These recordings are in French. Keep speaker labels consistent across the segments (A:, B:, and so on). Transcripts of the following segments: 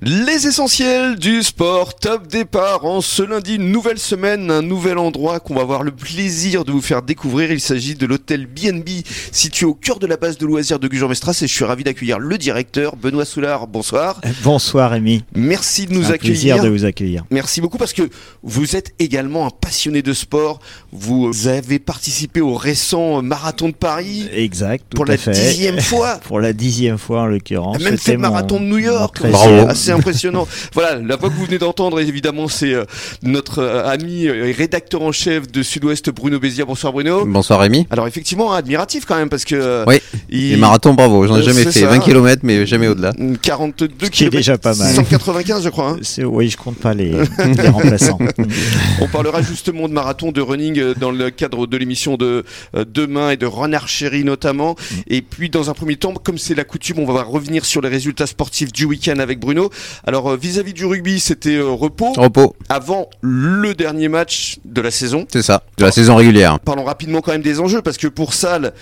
A: Les essentiels du sport, top départ en ce lundi, une nouvelle semaine, un nouvel endroit qu'on va avoir le plaisir de vous faire découvrir. Il s'agit de l'hôtel BNB situé au cœur de la base de loisirs de Gujan-Mestras et je suis ravi d'accueillir le directeur Benoît Soulard. Bonsoir.
B: Bonsoir Rémi.
A: Merci de nous
B: un
A: accueillir.
B: plaisir de vous accueillir.
A: Merci beaucoup parce que vous êtes également un passionné de sport. Vous avez participé au récent marathon de Paris
B: Exact, tout
A: pour
B: à
A: la
B: fait.
A: dixième fois.
B: Pour la dixième fois en l'occurrence.
A: Même fait
B: C'était
A: le marathon
B: mon-
A: de New York,
B: mon
A: c'est
B: plaisir.
A: assez impressionnant. voilà, la voix que vous venez d'entendre, évidemment, c'est euh, notre euh, ami et rédacteur en chef de Sud-Ouest, Bruno Bézière. Bonsoir Bruno.
C: Bonsoir Rémi.
A: Alors effectivement, admiratif quand même, parce que... euh,
C: Oui,
A: il... Mm,
C: Les marathons, bravo, j'en ai
A: Euh,
C: jamais
A: c'est
C: fait.
A: ça.
C: 20 km, mais jamais au-delà.
A: 42
B: Ce qui est
A: km,
B: déjà pas mal.
A: 195 je crois. hein.
B: C'est- Oui, je compte pas les, les remplaçants.
A: On parlera justement de marathon, de running euh, dans le cadre de l'émission de euh, demain et de Renard Chéri notamment.
B: Mm.
A: Et puis dans un premier temps, comme c'est la coutume, on va revenir sur les résultats sportifs du week-end avec Bruno. Alors euh, vis-à-vis du rugby, c'était euh, repos.
C: Repos,
A: avant le dernier match de la saison.
C: c'est ça, de la saison régulière.
A: Parlons rapidement quand même des enjeux parce que pour Salle,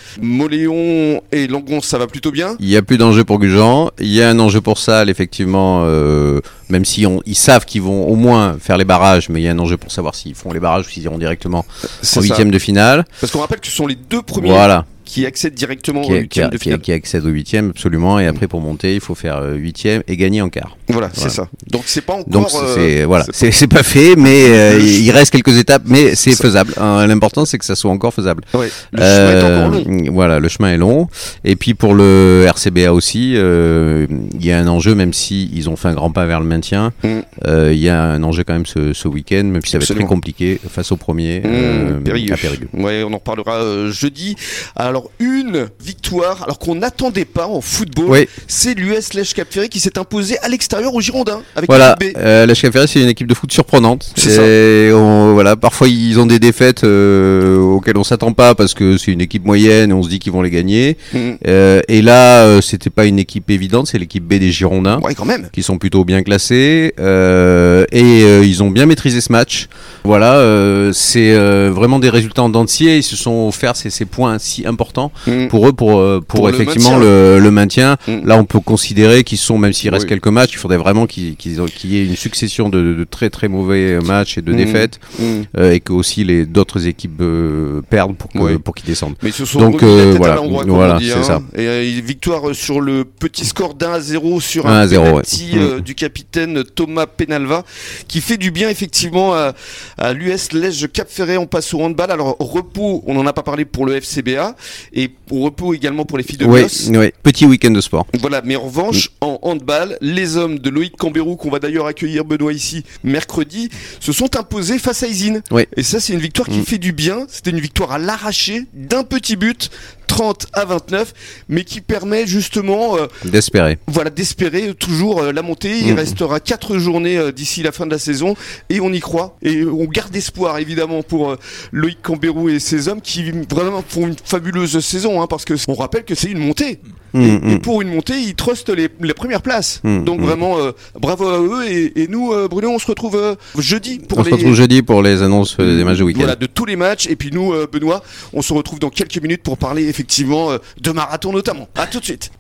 A: Moléon et Langon ça va plutôt bien.
C: Il n'y a plus d'enjeu pour Gujan. Il y a un enjeu pour Salle, effectivement, euh, même si on, ils savent qu'ils vont au moins faire les barrages, mais il y a un enjeu pour savoir s'ils font les barrages ou s'ils iront directement en
A: C'est ça.
C: huitième de finale.
A: Parce qu'on rappelle que ce sont les deux premiers
C: Voilà,
A: qui accèdent directement
C: qui,
A: au
C: qui,
A: huitième de
C: qui-
A: finale.
C: qui accède au huitième, absolument. Et après, pour monter, il faut faire euh, huitième et gagner en quart.
A: Voilà, c'est
C: Voilà.
A: ça. Donc c'est pas encore.
C: Donc
A: euh,
C: c'est voilà,
A: c'est-
C: c'est c'est pas fait, mais euh, il reste quelques étapes, mais c'est
A: Ça-
C: faisable. Hein, L'important, c'est que ça soit encore faisable.
A: ouais, le chemin est encore long.
C: Euh, Voilà, le chemin est long. Et puis pour le RCBA aussi, euh, il y a un enjeu, même si ils ont fait un grand pas vers le maintien,
A: Mm.
C: euh, il y a un enjeu quand même ce, ce week-end, même si ça va être très
A: Absolument.
C: compliqué face au premier
A: Mmh,
C: euh,
A: Périgueux.
C: à Périgueux.
A: Ouais, on en reparlera euh, jeudi. Alors une victoire, alors qu'on n'attendait pas en football,
C: Oui.
A: c'est l'US Lèche Cap Ferré qui s'est imposé à l'extérieur au Girondin avec
C: Voilà,
A: l'équipe B.
C: euh, la Ferré c'est une équipe de foot surprenante.
A: C'est ça.
C: Et on- voilà, parfois ils ont des défaites euh, auxquelles on s'attend pas parce que c'est une équipe moyenne et on se dit qu'ils vont les gagner.
A: Mmh.
C: Euh, et là, euh, c'était pas une équipe évidente, c'est l'équipe B des Girondins.
A: Ouais, quand même.
C: qui sont plutôt bien classés euh, et euh, ils ont bien maîtrisé ce match. Voilà, euh, c'est euh, vraiment des résultats en dentier. Ils se sont offerts ces, ces points si importants
A: Mmh.
C: pour eux, pour, euh, pour,
A: Pour le
C: effectivement
A: maintien.
C: le, le maintien.
A: Mmh.
C: Là, on peut considérer qu'ils sont, même s'il reste
A: Oui.
C: quelques matchs, il faudrait vraiment qu'ils- qu'ils ont- qu'il y ait une succession de, de très très mauvais euh, matchs et de
A: Mmh.
C: défaites
A: Mmh.
C: euh, et que aussi les d'autres équipes euh, perdent pour que-
A: Oui.
C: pour qu'ils descendent.
A: Mais ils se sont
C: Donc,
A: remis la
C: euh,
A: tête à
C: voilà,
A: l'endroit, comme
C: voilà,
A: on dit,
C: c'est
A: hein.
C: ça.
A: Et euh, victoire euh, sur le petit score d'un à 0 sur
C: 1
A: un
C: à 0, ouais. Mm.
A: penalty, euh, du capitaine Thomas Penalva qui fait du bien effectivement à, à l'US Lège Cap Ferré. On passe au handball. Alors au repos, on n'en a pas parlé pour le FCBA et au repos également pour les filles de
C: Oui,
A: Bios.
C: oui. Petit week-end de sport.
A: Voilà, mais en revanche,
C: Mm.
A: en handball, les hommes de Loïc Cambérou, qu'on va d'ailleurs accueillir Benoît ici mercredi, se sont imposés face à Isine.
C: Oui.
A: Et ça, c'est une victoire qui
C: Mm.
A: fait du bien. C'était une victoire à l'arraché d'un petit but, 30 à 29, mais qui permet justement euh,
C: D'espérer.
A: voilà, d'espérer toujours euh, la montée. Il
C: Mm.
A: restera quatre journées euh, d'ici la fin de la saison et on y croit. Et on garde espoir évidemment pour euh, Loïc Cambérou et ses hommes qui vraiment font une fabuleuse saison hein, parce que on rappelle que c'est une montée.
C: Mmh,
A: Et, et
C: mmh.
A: pour une montée, ils trustent les, les premières places.
C: Mm,
A: Donc
C: mm.
A: vraiment, euh, bravo à eux. Et, et nous, euh, Bruno, on se retrouve euh, jeudi pour
C: On
A: les.
C: se retrouve jeudi pour les annonces euh, des matchs de week-end.
A: Voilà, de tous les matchs. Et puis nous, euh, Benoît, on se retrouve dans quelques minutes pour parler effectivement euh, de marathon notamment. À tout de suite.